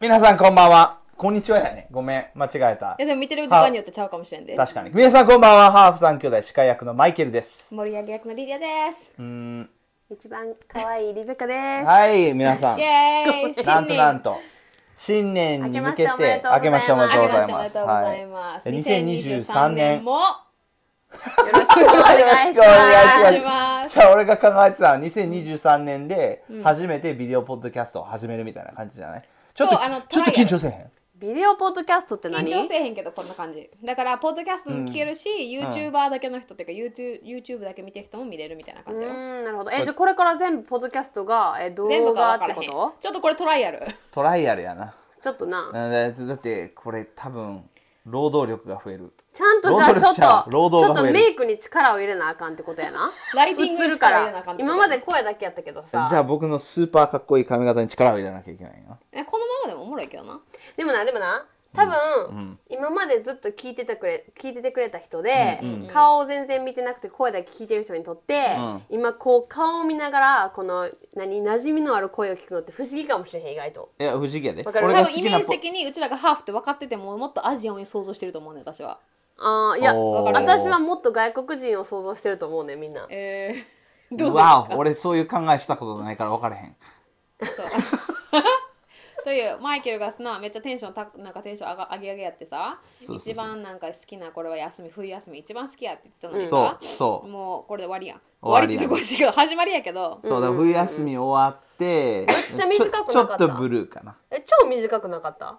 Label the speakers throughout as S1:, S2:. S1: 皆さんこんばんは。こんにちはやね。ごめん、間違えた
S2: い。やでも見てる時間によってちゃうかもしれんで。
S1: 確かに。皆さんこんばんは。ハーフ三兄弟司会役のマイケルです。
S2: 盛り上げ役のリディアで
S1: うーん。
S3: 一番可愛いリベカです。
S1: はい、皆さん
S2: す。イ。エーイ。
S1: なんとなん
S2: と。
S1: と。新年に向けて、
S3: 明けましておめで
S2: あ
S3: と
S2: り
S3: う
S2: が
S1: 明けまし
S2: とうご
S1: てお
S2: ざ
S1: め
S2: い
S1: でとうございま
S2: ますす。
S1: はい
S2: 2023年も
S3: よろしくお
S1: はい。よろ
S3: 願い
S1: し
S3: し
S1: くお
S3: ます。
S1: 願い
S2: し
S1: し
S2: ま
S1: ますす。じゃあ俺が考えてたのは2023年で
S2: うん
S1: 初めてビデオポッドキャストを始めるみたいな感じじゃないちょっと
S2: そうあの
S1: ちょっと
S2: トライアル
S1: 緊張せえへん
S3: ビデオポッドキャストって
S2: 緊
S3: 何？
S2: 張せえへんけどこんな感じ。だからポッドキャストも聞けるし、ユーチューバーだけの人っていうか YouTube YouTube だけ見てる人も見れるみたいな
S3: う
S2: 感じよ。
S3: ーん、なるほど。え、じゃあこれから全部ポッドキャストがえ動
S2: 全部が
S3: 画
S2: わ
S3: っ
S2: から
S3: て
S2: へ
S3: こ
S2: ん。ち
S3: と
S2: ょ？っとこれトライアル。
S1: トライアルやな
S3: ちょっとな。
S1: うんだだってこれ多分労働力が増える
S3: ちゃんとじゃあ
S1: 労
S3: ちょ
S1: 働力
S3: っと
S1: ちゃう労
S3: ちょ
S1: 働が
S3: っ
S1: 増
S3: と
S1: える
S3: メイクに力を入れなあかんってことやな。
S2: ライティング
S3: 映
S2: に
S3: るか
S2: 力入れなあ
S3: ら
S2: ん。ってこと
S3: 今まで声だけやったけど
S1: じゃ
S3: さ。
S1: あ僕のスーパーかっこいい髪型に力を入れなきゃいけないよ
S2: えこのままでもおもろいけどな。
S3: でもな、でもな。多分、
S1: うん
S3: 今までずっと聞いてたくれ聞いててくれた人で、
S1: うん
S2: うん
S3: 顔を全然見てなくて声だけ聞いてる人にとって、
S1: うん
S3: 今こう顔を見ながらこの何馴染みのある声を聞くのって不思議かもしれへん意外と。
S1: いや不思議やで
S3: わかる
S1: 俺
S2: 多
S1: が好
S2: 分
S1: き
S2: イメ
S1: な
S2: ー
S1: ポ
S2: ジ的にうちらがハーフって分かっててももっとアジアンを想像してると思うねん私は。
S3: ああいや
S1: おー
S3: わかる私はもっと外国人を想像してると思うねみんな
S2: えー、どう
S1: う
S2: ですか
S1: わお俺そういう考えしたことないから分からへん
S2: そうというマイケルがなめっちゃテンションたなんかテンション上が上げ上げやってさ
S1: そうそうそう
S2: 一番なんか好きなこれは休み冬休み一番好きやって言ってたのに
S1: そ
S2: さ、
S1: うそう
S2: もうこれで終わりやん
S1: 終
S2: 終
S1: わ
S2: わ
S1: り
S2: り
S1: や
S2: っ
S1: ん
S2: てとこしか始まりやけど
S1: そうだから冬休み終わってめ
S3: っちゃ短くなかった
S1: ちょちょっとブルーかな
S3: え超短くなかった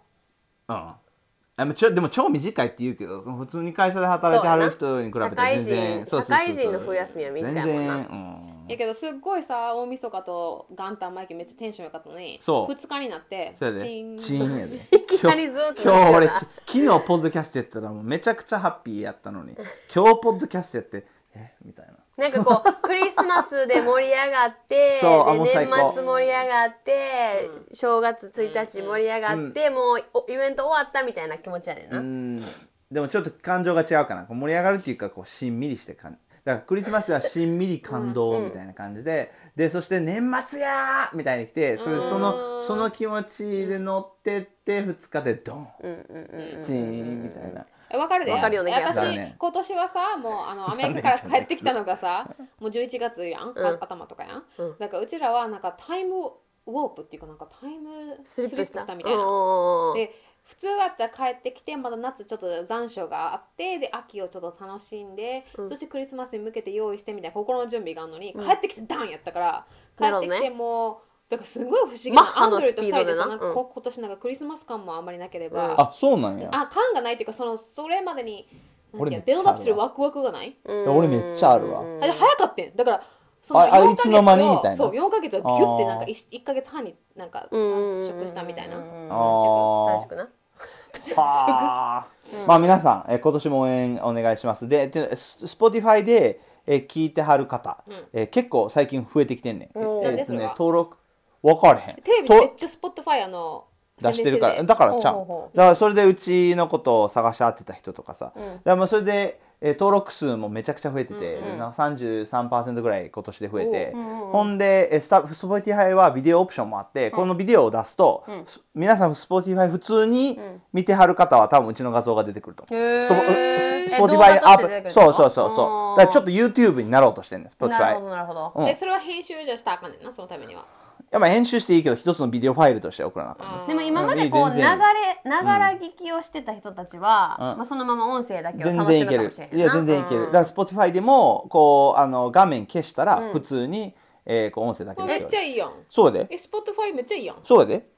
S1: うんあまちょでも超短いって言うけど普通に会社で働いてはる人に比べたら全然
S3: そうやな社会人社会人の冬休みは短いもんな
S1: 全然うん
S2: やけどすっごいさ大晦日と元旦マイケルめっちゃテンション良かったのに
S1: そう
S2: 2日になって
S1: そうや
S2: チ
S1: で
S2: ーン
S1: チーンやで
S3: いきなりずーっと
S1: 今日俺
S3: な
S1: ち
S3: んか
S1: 昨日ポッドキャストやったらもうめちゃくちゃハッピーやったのに今日ポッドキャストやってえみたいな
S3: なんか こうクリスマスで盛り上がって
S1: そうあもう
S3: で
S1: 最
S3: 年
S1: 高
S3: 末盛り上がって、正月1日盛り上がって、もうおイベント終わったみたいな気持ちやねんな、
S1: うんでもちょっと感情が違うかなこう盛り上がるっていうかこうしんみりしてかんだからクリスマスはしんみり感動みたいな感じで、でそして年末やーみたいに来てそれでそのその気持ちで乗ってって2日でドン
S3: うんうんうん
S1: チーンみたいな
S2: えわかるで
S3: わかるよね
S2: 私、
S1: だね
S2: 今年はさもう あのアメリカから帰ってきたのがさもう11月やん、
S3: うん
S2: あ頭とかやん、
S3: うん
S2: だからうちらはなんかタイムウォープっていうかなんかタイムス
S3: ス
S2: リ
S3: リ
S2: ッ
S3: ップ
S2: プ
S3: し
S2: したたみたい
S3: うんう
S2: なん
S3: うんうん
S2: で普通だったら帰ってきてまだ夏ちょっと残暑があってで秋をちょっと楽しんで、
S3: うん
S2: そしてクリスマスに向けて用意してみたいな心の準備があるのに、
S3: うん
S2: 帰ってきてダンやったから帰
S3: なるほ
S2: っ
S3: ど
S2: て
S3: ね
S2: きてもうだからすごい不思議
S3: マッ
S2: な
S3: ハ
S2: アン
S3: の
S2: ド
S3: ス
S2: ル
S3: ピ
S2: と
S3: ー
S2: 二
S3: ド
S2: 人
S3: で
S2: で
S3: な
S2: さなんか
S3: うん
S2: こ今年なんかクリスマス感もあんまりなければ、
S3: うん
S1: あそうなんや
S2: あ感がないっていうかそのそれまでになんて
S1: 俺めっ
S2: いうの
S1: ちゃ
S2: ビルドアップするワクワクがない、
S3: うん
S1: いや俺めっちゃあるわ
S3: うんうん
S2: あれ早かったんだからそ
S1: ああれ
S2: 4ヶ月
S1: いつの間に
S2: を
S1: みたいな
S2: そう4ヶ月をギュッてなんか 1, 一ヶ月半になんか
S3: うんうんうん
S2: 短縮したみたいな、
S3: うんうんうん
S1: あー
S3: 短縮な
S1: はあ、まあ皆さん、えー今年も応援お願いします。で、てス Spotify で、えー聞いてはる方、
S2: うん
S1: えー結構最近増えてきてんねん。え
S3: お
S1: ーえーと
S3: ー
S2: なんでそれ
S1: ね、
S2: は
S1: 登録分かれへん。
S2: テレビでめっ
S1: と
S2: ちゃ Spotify あの
S1: 出してるから、
S2: 宣伝
S1: だからちゃう
S3: ほうほうほ
S1: だからそれでうちのことを探し当てた人とかさ、
S3: うん
S1: だからまあそれで、えー登録数もめちゃくちゃ増えてて、
S2: うん
S3: うん
S1: なんか33%ぐらい今年で増えて、
S2: お
S3: うんうんうん
S1: ほんでえースタスポティファイはビデオオプションもあって、このビデオを出すと、
S3: ん
S1: す皆さんスポティファイ普通に
S3: うん
S1: 見てはる方は多分うちの画像が出てくると思う。
S3: へー
S1: スポ
S3: え
S1: スポティファイ
S3: 動画
S1: ア
S3: として出
S1: ップ
S3: てくるってこ
S1: そう
S3: と
S1: そうそうそうだからちょっと YouTube になろうとしてるんですスポティフ
S3: な
S1: ァ
S3: るほ
S1: イ
S3: どなるほど
S1: うん
S2: でそれは編集じゃしたらあかんねんなそのためには、
S1: やっぱ編集していいけど一つのビデオファイルとして送らなあかんね
S2: うん
S3: でも今までこう
S1: うん
S3: 流
S1: いい
S3: れ
S1: 全然
S3: ながら聞きをしてた人たちは、
S1: うん
S3: まあ、そのまま音声だけを
S1: 全
S3: 楽し
S1: 然い
S3: む
S1: け
S3: かも
S1: る
S3: しれない
S1: いや全然いけるだから Spotify でもこうあの画面消したら
S3: うん
S1: 普通に、えーこう音声だけ
S2: こ
S1: で
S2: れ
S1: 聞
S2: めっ
S1: け
S2: ちゃ
S1: る
S2: いいやん
S1: そうやで
S2: え Spotify めっちゃいいやん
S1: そうやで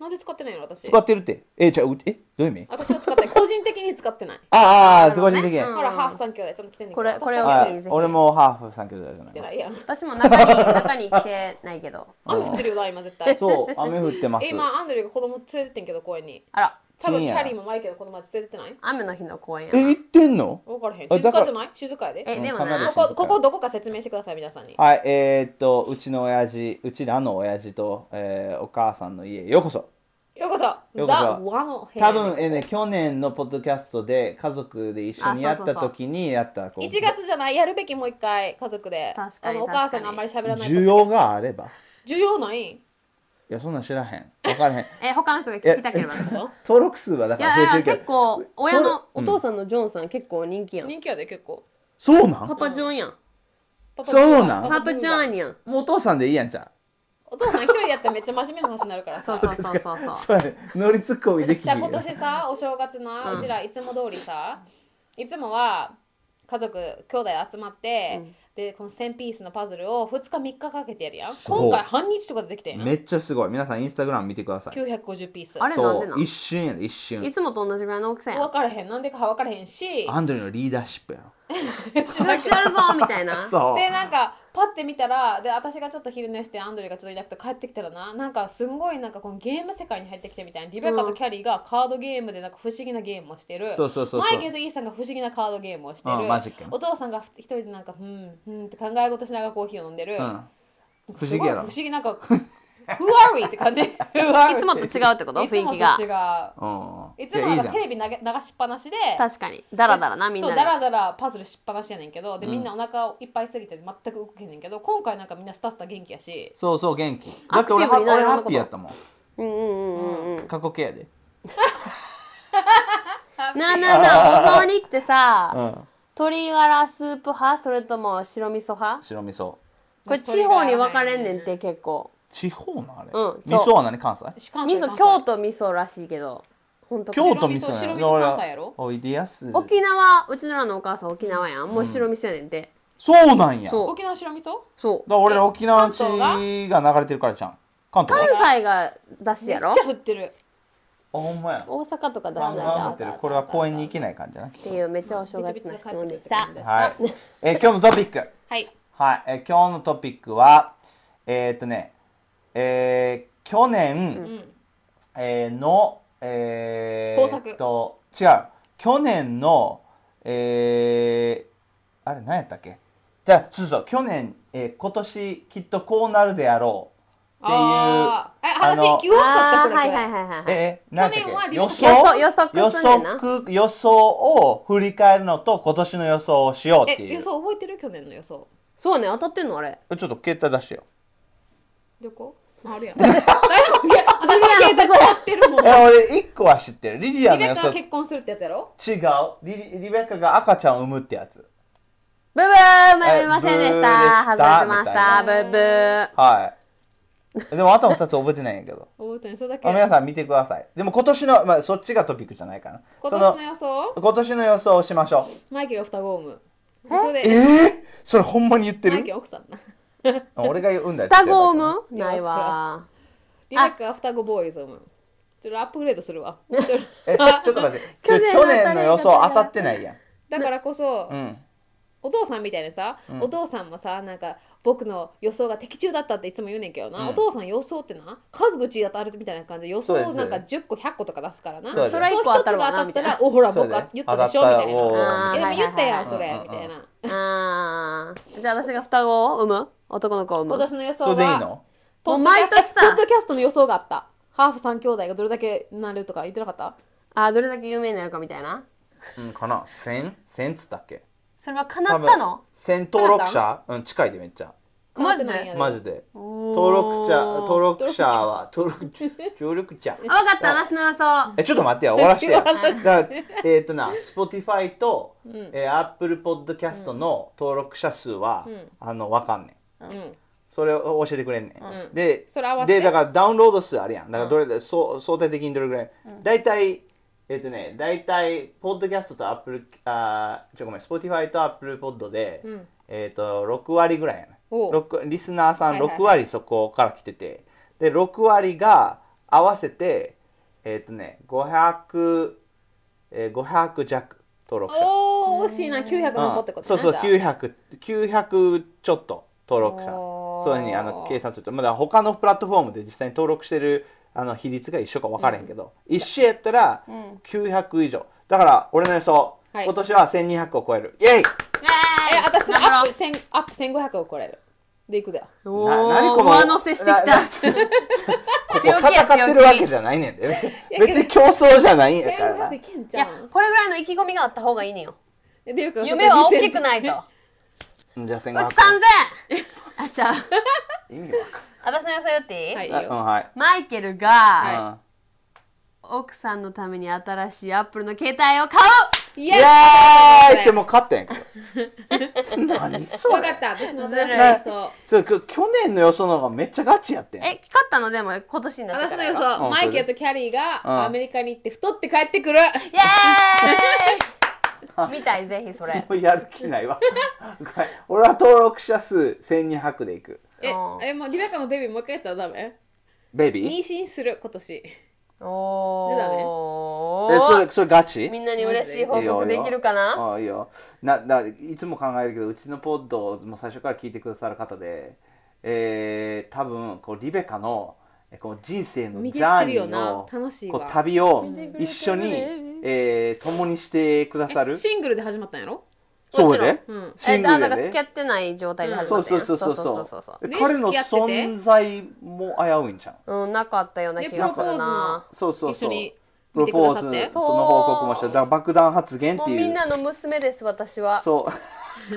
S2: なんで使ってないの私
S1: 使ってるってえじゃあうえどういう意味あ
S2: 私は使ってない個人的に使ってない
S1: ああー
S3: なるほ
S1: 個人
S3: どね
S1: 的に、
S3: うん
S2: ほらハーフ3兄弟ちゃんと来てんねんけど
S3: これ
S2: 私
S3: これを
S2: は
S1: は
S3: ぜひ
S1: い
S3: ぜひ
S1: 俺もハーフ3兄弟じゃな
S2: 来て
S1: い
S2: ないやん
S3: 私も中に中に来てないけど
S2: 雨降ってるよな今絶対
S1: そう雨降ってます
S2: え今アンドリューが子供連れてってんけど公園に
S3: あら
S2: 多分
S1: チン
S2: キ
S1: や
S2: ャリーもマイケルの子供まで連れてってない
S3: 雨の日の公園や
S1: え行ってんの
S2: 分からへん
S1: あ
S2: 静
S1: だから
S2: かじゃない静かやで
S3: えでも
S1: うんかな
S3: な
S1: り
S2: こ
S1: 静か
S2: こここどこか説明してください皆さんに
S1: はい、えーっと、うちの親父、うちらの親父と、えーお母さんの家へようこそ。
S2: ようこそ
S1: ようこそ
S2: ザ・ワの部屋
S1: 多分、えーね、去年のポッドキャストで家族で一緒にや
S3: あ
S1: っ
S3: そうそう
S1: た
S3: そう
S1: 時にやった、こう
S2: 1月じゃないやるべきもう一回家族で
S3: 確かに
S2: あのお母さんがあんまり喋らない
S1: 需要があれば。
S2: 需要ない
S1: いや、そんなん知らへん。分からへん
S2: え他の人が聞きたければってこ
S1: 登録数はだ
S3: い
S1: から増え
S3: やいや
S1: てる
S3: 結
S1: けど
S3: 構親の
S1: う
S3: お
S1: ん
S3: 父さんのジョンさん結構人気や
S2: と
S3: ん、
S2: 人気やで結構
S1: そうな
S3: パ
S1: ん
S3: パジョンやん
S2: パ
S1: そうなん
S3: パパジョンやん
S1: もうお父さんでいいやんじゃん
S2: お父さん一人でやったらめっちゃ真面目な話になるから
S3: そう
S2: さ
S3: そうそうそうそう
S1: そうやね乗りツッコミでき
S2: じゃ
S1: ひ
S2: あ
S1: んよ
S2: 今年さお正月な
S3: うん
S2: うちらいつも通りさいつもは家族兄弟集まって、
S3: うん
S2: でこの1000ピースのパズルを2日3日かけてやるやん
S1: そう
S2: 今回半日とかでできてんやん
S1: めっちゃすごい皆さんインスタグラム見てください
S2: 950ピース
S3: あれなんでな
S1: そ
S3: ん
S1: う一瞬やで一瞬
S3: いつもと同じぐらいの大きさやん
S2: 分からへんなんでかは分からへんし
S1: アンドリューのリーダーシップや
S3: よしやるぞみたいな
S1: ろそう
S2: でなんかパッて見たらで私がちょっと昼寝してアンドレがちょっといなくて帰ってきたらななんかすんごいなんかこのゲーム世界に入ってきてみたいなリベカとキャリーがカードゲームでなんか不思議なゲームをしてる
S1: そうそうそうそう
S2: マイケルとイーさんが不思議なカードゲームをしてる、
S1: うんマジックやな
S2: お父さんが一人でなんかうんうんって考え事しながらコーヒーを飲んでる、
S1: うん不
S2: す
S1: 思
S2: ご
S1: 議
S2: い
S1: やろ
S2: 不思議な んか Who are we? って感じ Who are we?
S3: いつもと違うってこと
S2: いつ
S3: 雰
S2: も
S3: 囲気が
S2: と違う
S1: うん
S2: いつも
S1: やいい
S2: なん
S1: じ
S2: か
S1: ゃん
S2: テレビ流流しっぱなしで
S3: 確かにダラダラなみんな
S2: そう
S3: で
S2: だらだらパズルしっぱなしやねんけどで
S1: うん
S2: みんなお腹をいっぱいすぎて全く動けへんねんけど、今回なんかみんなスタスタ元気やし
S1: そうそう元気だって俺
S3: アクティブになる
S1: 俺ハ
S3: 女の
S1: ッ
S3: 子
S1: ピーやったもん
S3: うんうんうんうんうん
S1: 過去形やで
S3: なあなあなあお雑煮ってさ、
S1: うん
S3: 鶏ガラスープ派それとも白味噌派
S1: 白味噌
S3: これ地方に分かれんねんって結構
S1: 地方のあれ
S3: うん
S1: 味噌は何関西
S2: しかも
S3: 味噌京都味噌らしいけど本当
S1: 京都味噌や
S2: 白味噌白味噌
S1: 俺
S2: 関西やろ
S1: おいでやす
S3: 沖縄うちらのお母さん沖縄やんもう白味噌やねんて、
S1: そうなんや
S3: そう
S2: 沖縄白味噌
S3: そう
S1: だから俺ら沖縄の血
S2: 関東が
S1: が流れてるからじゃん関東
S3: 関
S1: が
S3: 西が出し
S2: めっ
S3: や
S2: ち
S3: ろ
S2: ゃ振ってる
S1: あほんまや
S3: 大阪とか出
S1: バ
S3: す
S1: ン
S3: なじ
S1: バン
S3: ゃ
S1: 持
S3: うっ
S1: ってるこれは公園に行けない感じじゃなく
S3: ていうめっちゃお正月な質問でした
S2: ビタビタ帰ってきてるんで
S1: はいえ今日のトピック
S2: はい
S1: はい、えー今日のトピックはえーっとねえー去年、
S2: うん
S1: えーのえー、
S2: 豊作
S1: えっと違う去年のえー、あれ何やったっけじゃあそうそう去年、えー今年きっとこうなるであろうっていう
S2: あーえ
S1: あ
S2: 話
S1: の
S2: 言わんかった
S3: あ
S2: こ
S3: ー
S2: れ
S3: はいはい
S2: こ
S3: はいはい
S1: えー何やった
S2: 去年は
S1: っけ
S2: リ
S1: 予
S2: モート
S1: 想
S3: 予想予測
S1: 予
S3: すんねんな
S1: 測予想を振り返るのと今年の予想をしようっ
S2: れ
S1: て
S2: え
S1: い
S2: 予
S1: う
S2: 想覚えてる去年の予想
S3: そうね当たってんのあれ
S1: えちょっと携帯出してよ
S2: 旅行あるやん 大丈夫いや私の携帯変わってるもん
S1: え俺一個は知ってるリリア
S2: リ
S1: の
S2: ベ
S1: 予
S2: カ
S1: 想
S2: が結婚するってやつやろ
S1: 違うリリリベカが赤ちゃんを産むってやつ
S3: ブーブー生まれませんでし
S1: はいブーでした
S3: た外れてまし
S1: みた
S3: た
S1: い
S3: ブーブー
S1: はい。でもあとの2つ覚えてないんやけど。
S2: 覚えてないそれだけ
S1: あ皆さん見てください。でも今年の、まあ、そっちがトピックじゃないかな。
S2: 今
S1: そ
S2: 年
S1: の
S2: の予想
S1: 今年の予想をしましょ
S2: マイケルが双子を産むそれ
S1: う。え
S2: で
S1: ー、それほんまに言って
S2: マイケ
S1: る
S2: ル奥さんな
S1: 俺が言うんだよ。
S3: 双子産む
S2: や
S3: ないわ
S2: リベッカは双子ボーイズを産むちょっとアップグレードす るわちょっと
S1: え、ちょっと待って。ちょ
S3: 去年
S1: 去年の予想当たってないやん。
S2: だからこそ、
S1: うん。
S2: お父さんみたいなさ、
S1: うん
S2: お父さんもさなんか僕の予想が的中だったっていつも言うねんけどな、
S1: うん
S2: お父さん予想ってな数口当たるみたいな感じで予想
S1: そうです
S2: をなんか10個100個とか出すからな
S1: そうです
S2: の
S1: それ
S3: 一個当たるわ
S2: 一つが
S3: な
S2: 当
S3: み
S2: た
S3: た
S2: った
S3: いな
S2: ら「おほら
S1: そう
S2: 僕
S1: や
S2: は
S1: で
S2: 言ったでしょ」み
S1: 当たった
S2: たいな。
S1: お
S3: ー
S2: えでも言ったやん
S3: はい
S2: そ
S1: はい
S2: れ
S1: はい
S2: みたいな
S3: あーじゃあ私が双子を産む男の子を産
S2: 今
S3: む
S2: 年の予想
S1: それでいい
S2: は
S1: の
S2: ポ
S3: も
S2: ッ
S3: う
S2: ドキャ
S3: 毎
S2: スト
S3: 年さ
S2: ポッドキャストの予想があったハーフ3兄弟がどれだけなるとか言ってなかった
S3: あーどれだけ有名になるかみたいな
S1: うん、かな。1000? 1000っつったっけ
S3: それは叶ったの
S1: ?1000 登録者うん、近いでめっちゃ。
S3: マジで
S2: 変わってないんや
S1: マジで。登
S3: 登
S1: 録者、登録者は、登録者、 登録者。
S3: あ分かった私の予想
S1: えちょっと待ってよ終わらしてよ
S2: 終わら
S1: だからえっ、とな Spotify と、
S2: ん
S1: えー、Apple Podcast の登録者数は、
S2: うん
S1: あのわかんねん
S2: うん
S1: それを教えてくれんねん、
S2: うん
S1: で
S2: それ合わせて
S1: でだからダウンロード数あるやんだからどれで、そう相対的にどれぐらい、だいたいえっ、とねだいたいポッドキャストと Apple あーちょごめん Spotify と Apple Pod で、
S2: うん
S1: えっ、と6割ぐらいやね
S2: おう
S1: 六リスナーさん
S2: はいはいはい
S1: 6割そこから来てて、で6割が合わせてえっ、とね500、えー、500弱登録者
S2: おー惜しいな900
S1: うん
S2: 残ってこと
S1: そうそう
S2: 900
S1: 900900ちょっと登録者
S2: おー
S1: そういうふうにあの計算するとまだ他のプラットフォームで実際に登録してるあの比率が一緒か分からへんけど、一緒やったら900以上だから俺の予想、
S2: はい
S1: 今年は1200を超えるイエイ
S2: え私それアッ
S3: な
S2: プ千アップ1500を超えるでいくだよ
S3: お
S1: な何
S3: ー
S1: この
S3: 上乗せしてき
S1: なな
S3: た
S1: ちょっとちょっとここ
S3: 強気や
S1: 戦ってるわけじゃないねんで 別に競争じゃないんやからな
S2: 1500いけん
S3: い
S2: じゃ
S3: や
S2: ん
S3: これぐらいの意気込みがあった方がい いねよ
S2: でよく
S3: 夢は大 きくないとう
S1: じゃあ
S3: ち
S1: 1500
S3: 3000あちゃう
S1: 意味わかん
S3: 私の予想言っていい、
S2: はい
S1: あうんはい、
S3: マイケルが、
S1: うん
S3: 奥さんのために新しいアップルの携帯を買
S2: イ
S1: イ
S2: エー
S1: エ
S2: イ
S1: ーイってもう勝った やんけ何そ
S2: よか
S1: れ
S2: った私の
S3: ずるい
S2: 私の予想
S1: それ去年の予想の方がめっちゃガチやってん
S3: うえ買ったのでも今年になって
S2: 私
S3: か
S2: の
S3: ら
S2: 予
S1: う
S2: 想
S1: ん
S2: マイケルとキャリー
S1: うん
S2: がアメリカに行って太って帰ってくる
S3: イエー イ見たいぜひそれ
S1: もうやる気ないわ 俺は登録者数1200でいく
S2: え
S3: うん
S2: えもうリベカのベビーもう一回やったらダメ
S1: ベビー
S2: 妊娠する今年出たね
S3: お
S1: えそ
S3: ー
S1: れそれガチ
S3: みんなに嬉しい報告できるかな
S1: ああいいよなだいつも考えるけどうちのポッドも最初から聞いてくださる方で、えー、多分こうリベカのえこう人生の
S2: 見
S1: ジ
S2: て
S1: ャー
S2: く
S1: ニ
S2: る
S1: ー
S2: よな
S1: の
S2: 楽しい
S1: こう
S2: わ
S1: 旅を
S3: 見てくれてるね
S1: 一緒に、えー、共にしてくださ
S2: え
S1: る
S2: シングルで始まったんやろ
S1: そうやで
S2: うん
S1: シング
S3: えあ
S1: ルや
S3: なんか付き合
S1: で
S3: ってない状態で始
S1: そ
S3: ま
S1: う
S3: ったん
S1: そう
S3: や
S1: そうそうそうえ
S2: ね
S1: 彼の
S2: 付き合ってて
S1: 存在も危ういんじゃん
S3: う、ん、なかったような気がするな
S1: そうそう
S2: 一
S1: そ
S2: 緒
S1: う
S2: に
S1: プロ
S2: 見てく
S1: ポ
S2: だ
S1: ー
S2: さ
S1: ズ
S2: っ
S1: そ
S2: て
S1: の報告もしただから爆弾発言っ
S3: も
S1: て
S3: う
S1: いう
S3: みんなの娘です私は
S1: そう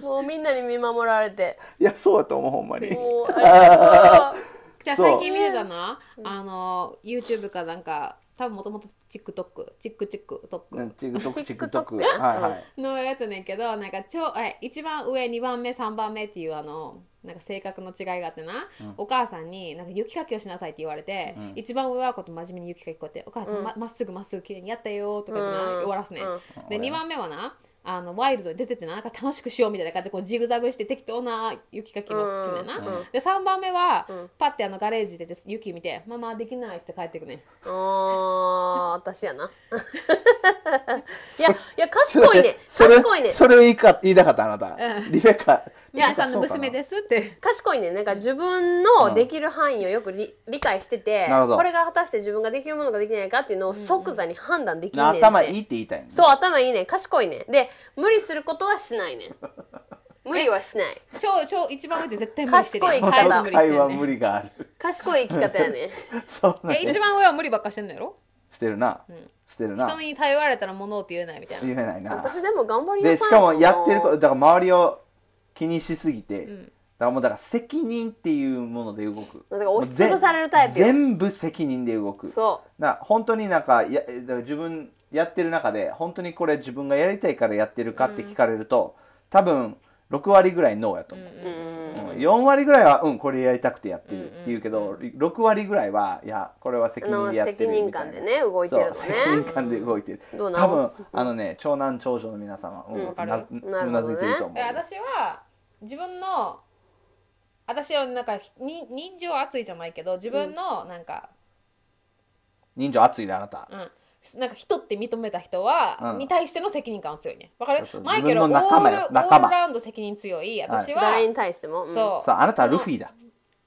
S3: もうみんなに見守られて
S1: いやそうやと思うほんまに
S3: もうあ
S2: じゃあ
S1: そう
S2: 最近見てたな、あの YouTube かなんか多分もともと TikTok チックチックト
S1: う
S2: ッ
S1: ん TikTok、TikTok
S3: TikTok
S1: はいはい
S2: クのやつねんけどなんか超え一番上2番目3番目っていうあのなんか性格の違いがあってな、
S1: うん
S2: お母さんになんか雪かきをしなさいって言われて、
S1: うん
S2: 一番上はこう真面目に雪かきこうやって「お母さん、
S3: うん
S2: ままっすぐまっすぐきれいにやったよ」と
S3: う
S2: か言ってな、終わらすねん、
S3: うん
S2: で2番目はなあのワイルドに出てってななんか楽しくしようみたいな感じでこうジグザグして適当な雪かきのすねんな、
S1: うん
S2: で3番目は、
S3: うん
S2: パッてあのガレージでです雪見て「ママできない」って帰ってくねん
S3: あー私 やないやいや賢いね
S1: それ
S3: 賢いね
S1: それを言いか言いたかったあなた、
S2: うん
S1: リベカ
S2: 「皆さんの娘ですす」って
S3: 賢いねなんか自分
S1: うん
S3: のできる範囲をよく理理解してて
S1: なるほど
S3: これが果たして自分ができるものができないかっていうのを即座に判断できんねんって
S1: 頭いいって言いたいの
S3: そう頭いいね賢いねで無理することはしないね無理はしない
S2: 超超一番上で絶対無理してるやん
S3: 賢い会話
S2: 絶対
S1: 会話無理がある
S3: 賢い生き方やね
S1: そう
S2: 無理してん
S1: ね
S2: ねんえ一番上は無理ばっかしてんのやろ
S1: してるな、
S2: ん
S1: してるな
S2: 人に頼られたら物をって言えないみたいな
S1: 言えないな
S3: 私でも頑張りなさい
S1: でしかもやってること
S3: と
S1: だから周りを気にしすぎて、
S2: う
S1: だ
S2: ん
S1: からもうだから責任っていうもので動く
S3: だから押しつぶされるタイプよ
S1: 全部責任で動く
S3: そ
S1: な本当になんかやだから自分やってる中で本当にこれ自分がやりたいからやってるかって聞かれると、多分6割ぐらいノーやと
S2: うん
S1: 思う、
S3: う
S1: う
S3: う
S1: ん
S3: ん
S1: 4割ぐらいはうんこれやりたくてやってる
S2: うん
S1: っ
S2: うん
S1: て言うけど、6割ぐらいはいやこれは責
S3: あ
S1: 任
S3: の
S1: でやって
S3: 責
S1: るみ
S3: 任
S1: たいな
S3: 感でね動いてるのね
S1: そう責任感で動いてる、
S3: どうな
S1: 多
S3: の
S1: 分あのね長男長女の皆様うん、
S3: うん
S1: うな
S3: な
S1: う
S3: る
S1: な
S3: ほどね
S1: ずいてると思う
S2: え私は自分の私はなんかに人情熱いじゃないけど自分のなんか、
S1: 人情熱いであなた
S2: なんか人って認めた人は、
S1: うん
S2: に対しての責任感は強いねわかる
S1: そうそう
S2: マイケルはオ
S1: 自分の仲間よ
S2: ール
S1: 仲間
S2: オールラウンド責任強い私は、
S3: 誰に対しても、うん
S2: そう
S1: さああなたはルフィだ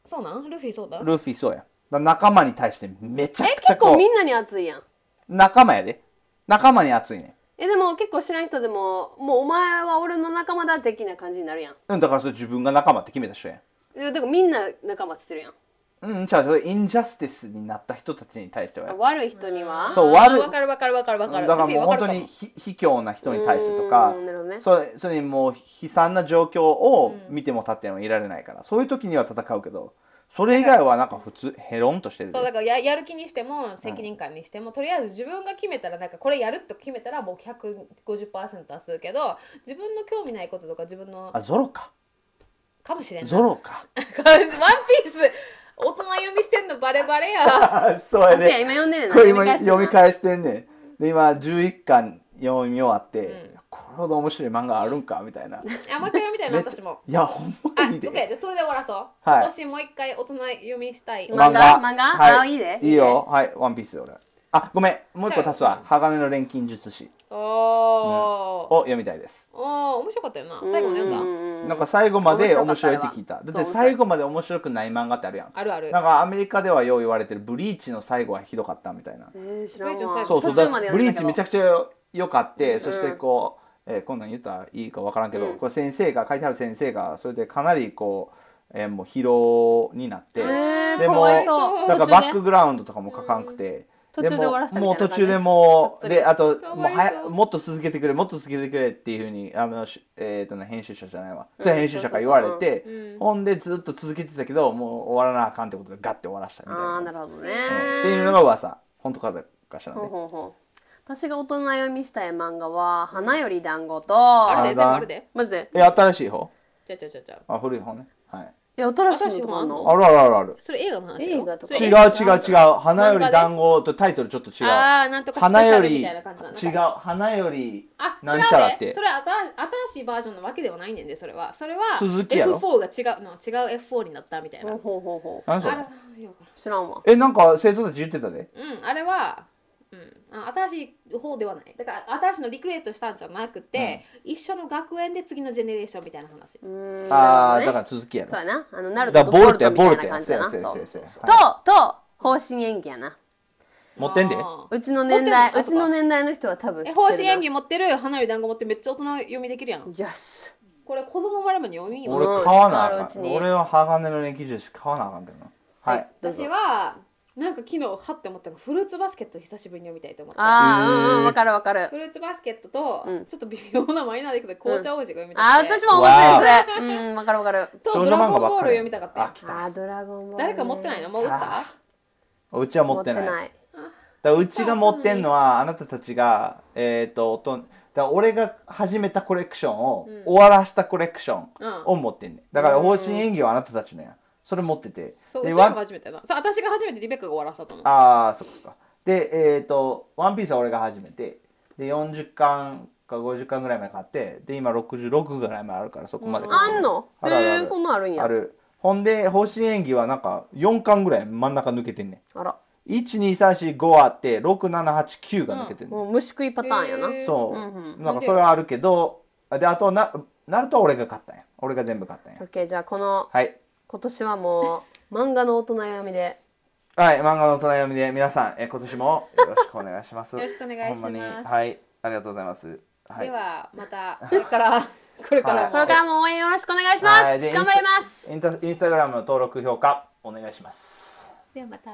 S2: そうなんルフィそうだ
S1: ルフィそうやだから仲間に対してめちゃ
S3: え
S1: くちゃ
S3: 結
S1: こ
S3: 構
S1: う
S3: みんなに熱いやん
S1: 仲間やで仲間に熱いねん
S3: えでも結構知らん人でももうお前は俺の仲間だ的な感じになるやん
S1: うん、だからそれ自分が仲間って決めた人やん。
S3: えだからみんな仲間ってするやん
S1: うん、じゃあそれインジャスティスになった人たちに対してはや
S3: 悪い人には
S1: そう
S2: あー
S1: 悪い
S2: わかるわかるわかるわか
S1: だ
S2: る
S1: からもう
S2: ルフィわ
S1: 本当
S2: かる
S1: にひ卑怯な人に対してとか
S3: うーんなるほどね
S1: それそれにもう悲惨な状況を見ても立ってもいられないから、そういう時には戦うけどそれ以外はなんか普通ヘロンとしてるで
S2: そうだからややる気にしても責任感にしても、とりあえず自分が決めたらなんかこれやると決めたらもう150%はするけど自分の興味ないこととか自分の
S1: あゾロか
S2: かもしれない
S1: ゾロか
S2: ワンピース大人読みしてんのバレバレ や
S1: そうや
S3: 確かに
S1: ね
S3: 今読んでるね
S1: これ今読み
S3: 返
S1: 返してんねんで今11巻読み終わって、
S2: うん
S1: これほど面白い漫画あるんかみたいな
S2: あもう一回読みたいな
S1: めっちゃ
S2: 私も
S1: いやほん
S2: あ、
S1: まにいいで
S2: OK でそれで終わらそう、
S1: はい
S2: 今年もう一回大人読みしたい、
S3: うん漫画漫画
S1: はい、
S3: あいいで
S1: いいよはいワンピースで俺あごめんもう一個足すわ、
S2: はい
S1: 鋼の錬金術師
S2: お
S1: を
S2: お、
S1: 読みたいです
S2: おお面白かったよな最後まで読んだ、
S1: なんか最後まで面白
S3: 面白
S1: い
S3: い
S1: って聞いた
S3: そう
S1: だって最後まで面白くない漫画ってあるやん
S2: あるある
S1: なんかアメリカではよう言われてるブリーチの最後はひどかったみたいな
S3: えー、知らん
S2: ブリーチの最
S3: わ
S2: 後
S1: そうそう
S3: 途
S1: だ
S3: 中まで
S1: ブ
S3: 読
S1: リー
S3: ん
S1: チ
S3: だけど
S1: めちゃくちゃ良かって、
S2: うん
S1: そしてこう、えーこんなん言ったらいいか分からんけど、
S3: うん
S1: これ先生が書いてある先生がそれでかなりこう、えーもう疲労になって、
S3: えー
S1: でも
S3: かわいそう
S1: だからバックグラウンドとかも書かんくて、
S2: 途中で終わらせたみ
S1: も
S2: た
S1: う途
S2: いな感じ
S1: 中でもう
S2: がっつり
S1: であと
S2: かわいそう
S1: もうはやもっと続けてくれもっと続けてくれっていうふうにあのしえー、とね編集者じゃないわそれは編集者から言われて、
S2: うん
S1: ほんでずっと続けてたけどもう終わらなあかんってことでガッて終わらしたみたいな
S3: ああなるほどね
S1: うんっていうのが噂本当かどうかしらね
S3: ほうほうほう私が大人読みしたい漫画は「花より団子と」
S2: あ
S1: れ
S2: るで全部あるで
S3: マジで
S1: え新しい方
S2: じゃあじゃあじゃあじゃあ
S1: あ古い方ねはい
S3: いや新しいのとか
S2: 新しいの
S3: あん
S2: あん
S3: の
S2: の
S1: あるあるあるある
S2: それ映画の話よ
S3: 映画とか
S2: そ
S1: 違
S2: れ
S1: う
S2: 映
S1: 違
S2: 画
S1: う違う花より団子とタイトルちょっと違う
S2: ああなんとかスペシ
S1: 花
S2: ャ
S1: よ
S2: ル
S1: り
S2: み
S1: 違
S2: たいな
S1: う
S2: 感じなんだ
S1: 花より
S2: あ、
S1: なん
S2: 違う
S1: ちゃらっ
S2: で
S1: て
S2: それは新新しいバージョンのわけではないねんで、それは。それは
S1: 続きやろ
S2: F4 が違うの、違う F4 になったみたいな。
S3: ほうほうほうほ
S1: 何それ
S2: あれようか
S3: う知らんわ
S1: えなんか生徒たち言ってたで
S2: うん、あれは、うん、あ新しい方ではない。だから新しいのリクレートしたんじゃなくて、一緒の学園で次のジェネレーションみたいな話。
S3: うーん
S1: あ
S3: な
S1: あ
S3: るほ
S1: だ
S3: どね
S1: から続きやろ
S3: そうやなあのナル
S1: だか
S3: トと
S1: らボルトやボ
S3: ボル
S1: ル
S3: ト
S1: ト
S3: みたい
S1: や
S3: な感じやな
S1: せやせや
S3: そ
S1: せ
S3: う
S1: やせやは
S3: とと方針演技やな
S1: 持ってんで
S2: あー
S3: うちの年代
S2: 持
S3: う
S2: って
S3: ち
S2: んの
S3: の年代の人は多分知って
S2: え、
S3: る
S2: 方針演
S3: 技
S2: 技持ってる、花より団子持ってめっちゃ大人読みできるやん。
S3: よし
S2: これ子供もあれば読みよ
S1: 俺
S3: うん
S1: 買わなあ
S3: うち
S1: か
S3: に
S1: ん俺は鋼の錬金術師買わなあかんけどなはい
S3: どうぞ
S2: 私は、なんか昨日、はって思ったのがフルーツバスケット久しぶりに読みたいと思って。
S3: あ
S1: え
S3: あうんうん
S1: ー
S3: わかるわかる
S2: フルーツバスケットと、
S3: うん
S2: ちょっと微妙なマイナーだけど紅茶王子が読みた
S3: あ
S2: く
S3: ー
S2: て、
S3: 私も面白いそれうんわかるわかる
S2: と
S1: 少
S2: ド
S1: 女
S2: ラゴ
S1: 漫
S2: ン
S1: 画
S2: ボ
S1: ばっ
S2: ー
S1: か
S2: ル
S1: り
S2: 読みたかっ
S1: あ
S2: た
S1: 来
S3: あードラゴンボールね
S2: 誰か持ってないのもう打っ
S1: さ
S2: た
S1: うちは持ってない
S3: 持ってない
S1: だからうちが持ってんのはあなたたちがえっとおとんだから俺が始めたコレクションを
S2: うん
S1: 終わらしたコレクション
S2: うん
S1: を持ってんねんだから
S3: うん
S1: 方針演技はあなたたちのやそれ持ってて
S2: そうう
S1: で
S2: ち
S1: ワ
S2: が
S1: ン
S2: 初めてなそう私が初めてリベッカが終わらせたと思う
S1: ああそっかでえっと「ワンピースは俺が始めてで40巻か50巻ぐらいまで買ってで今66ぐらいまであるからそこまで買って
S3: あ
S1: る
S3: んの
S1: あるあるある
S3: えーそんなんあるんや
S1: あるほんで方針演技はなんか4巻ぐらい真ん中抜けてんね
S3: あら
S1: ん12345あって6789が抜けてんねん、
S3: もう虫食いパターンやな
S2: へー
S1: そう、
S3: うんうん
S1: なんかそれはあるけどあであとなナルトは俺が買ったんや俺が全部買ったんや
S3: OK じゃあこの
S1: はい
S3: 今年はもう漫画の大人読みで
S1: はい漫画の隣読みで皆さんえ今年もよろしくお願いします
S2: よろしくお願いします
S1: ほんにはいありがとうございますはい
S2: ではまたこれから これからも、
S3: これからも応援よろしくお願いします
S1: は
S3: 頑
S1: いで
S3: 張ります
S1: インスタインスタグラムの登録評価お願いします
S2: ではまた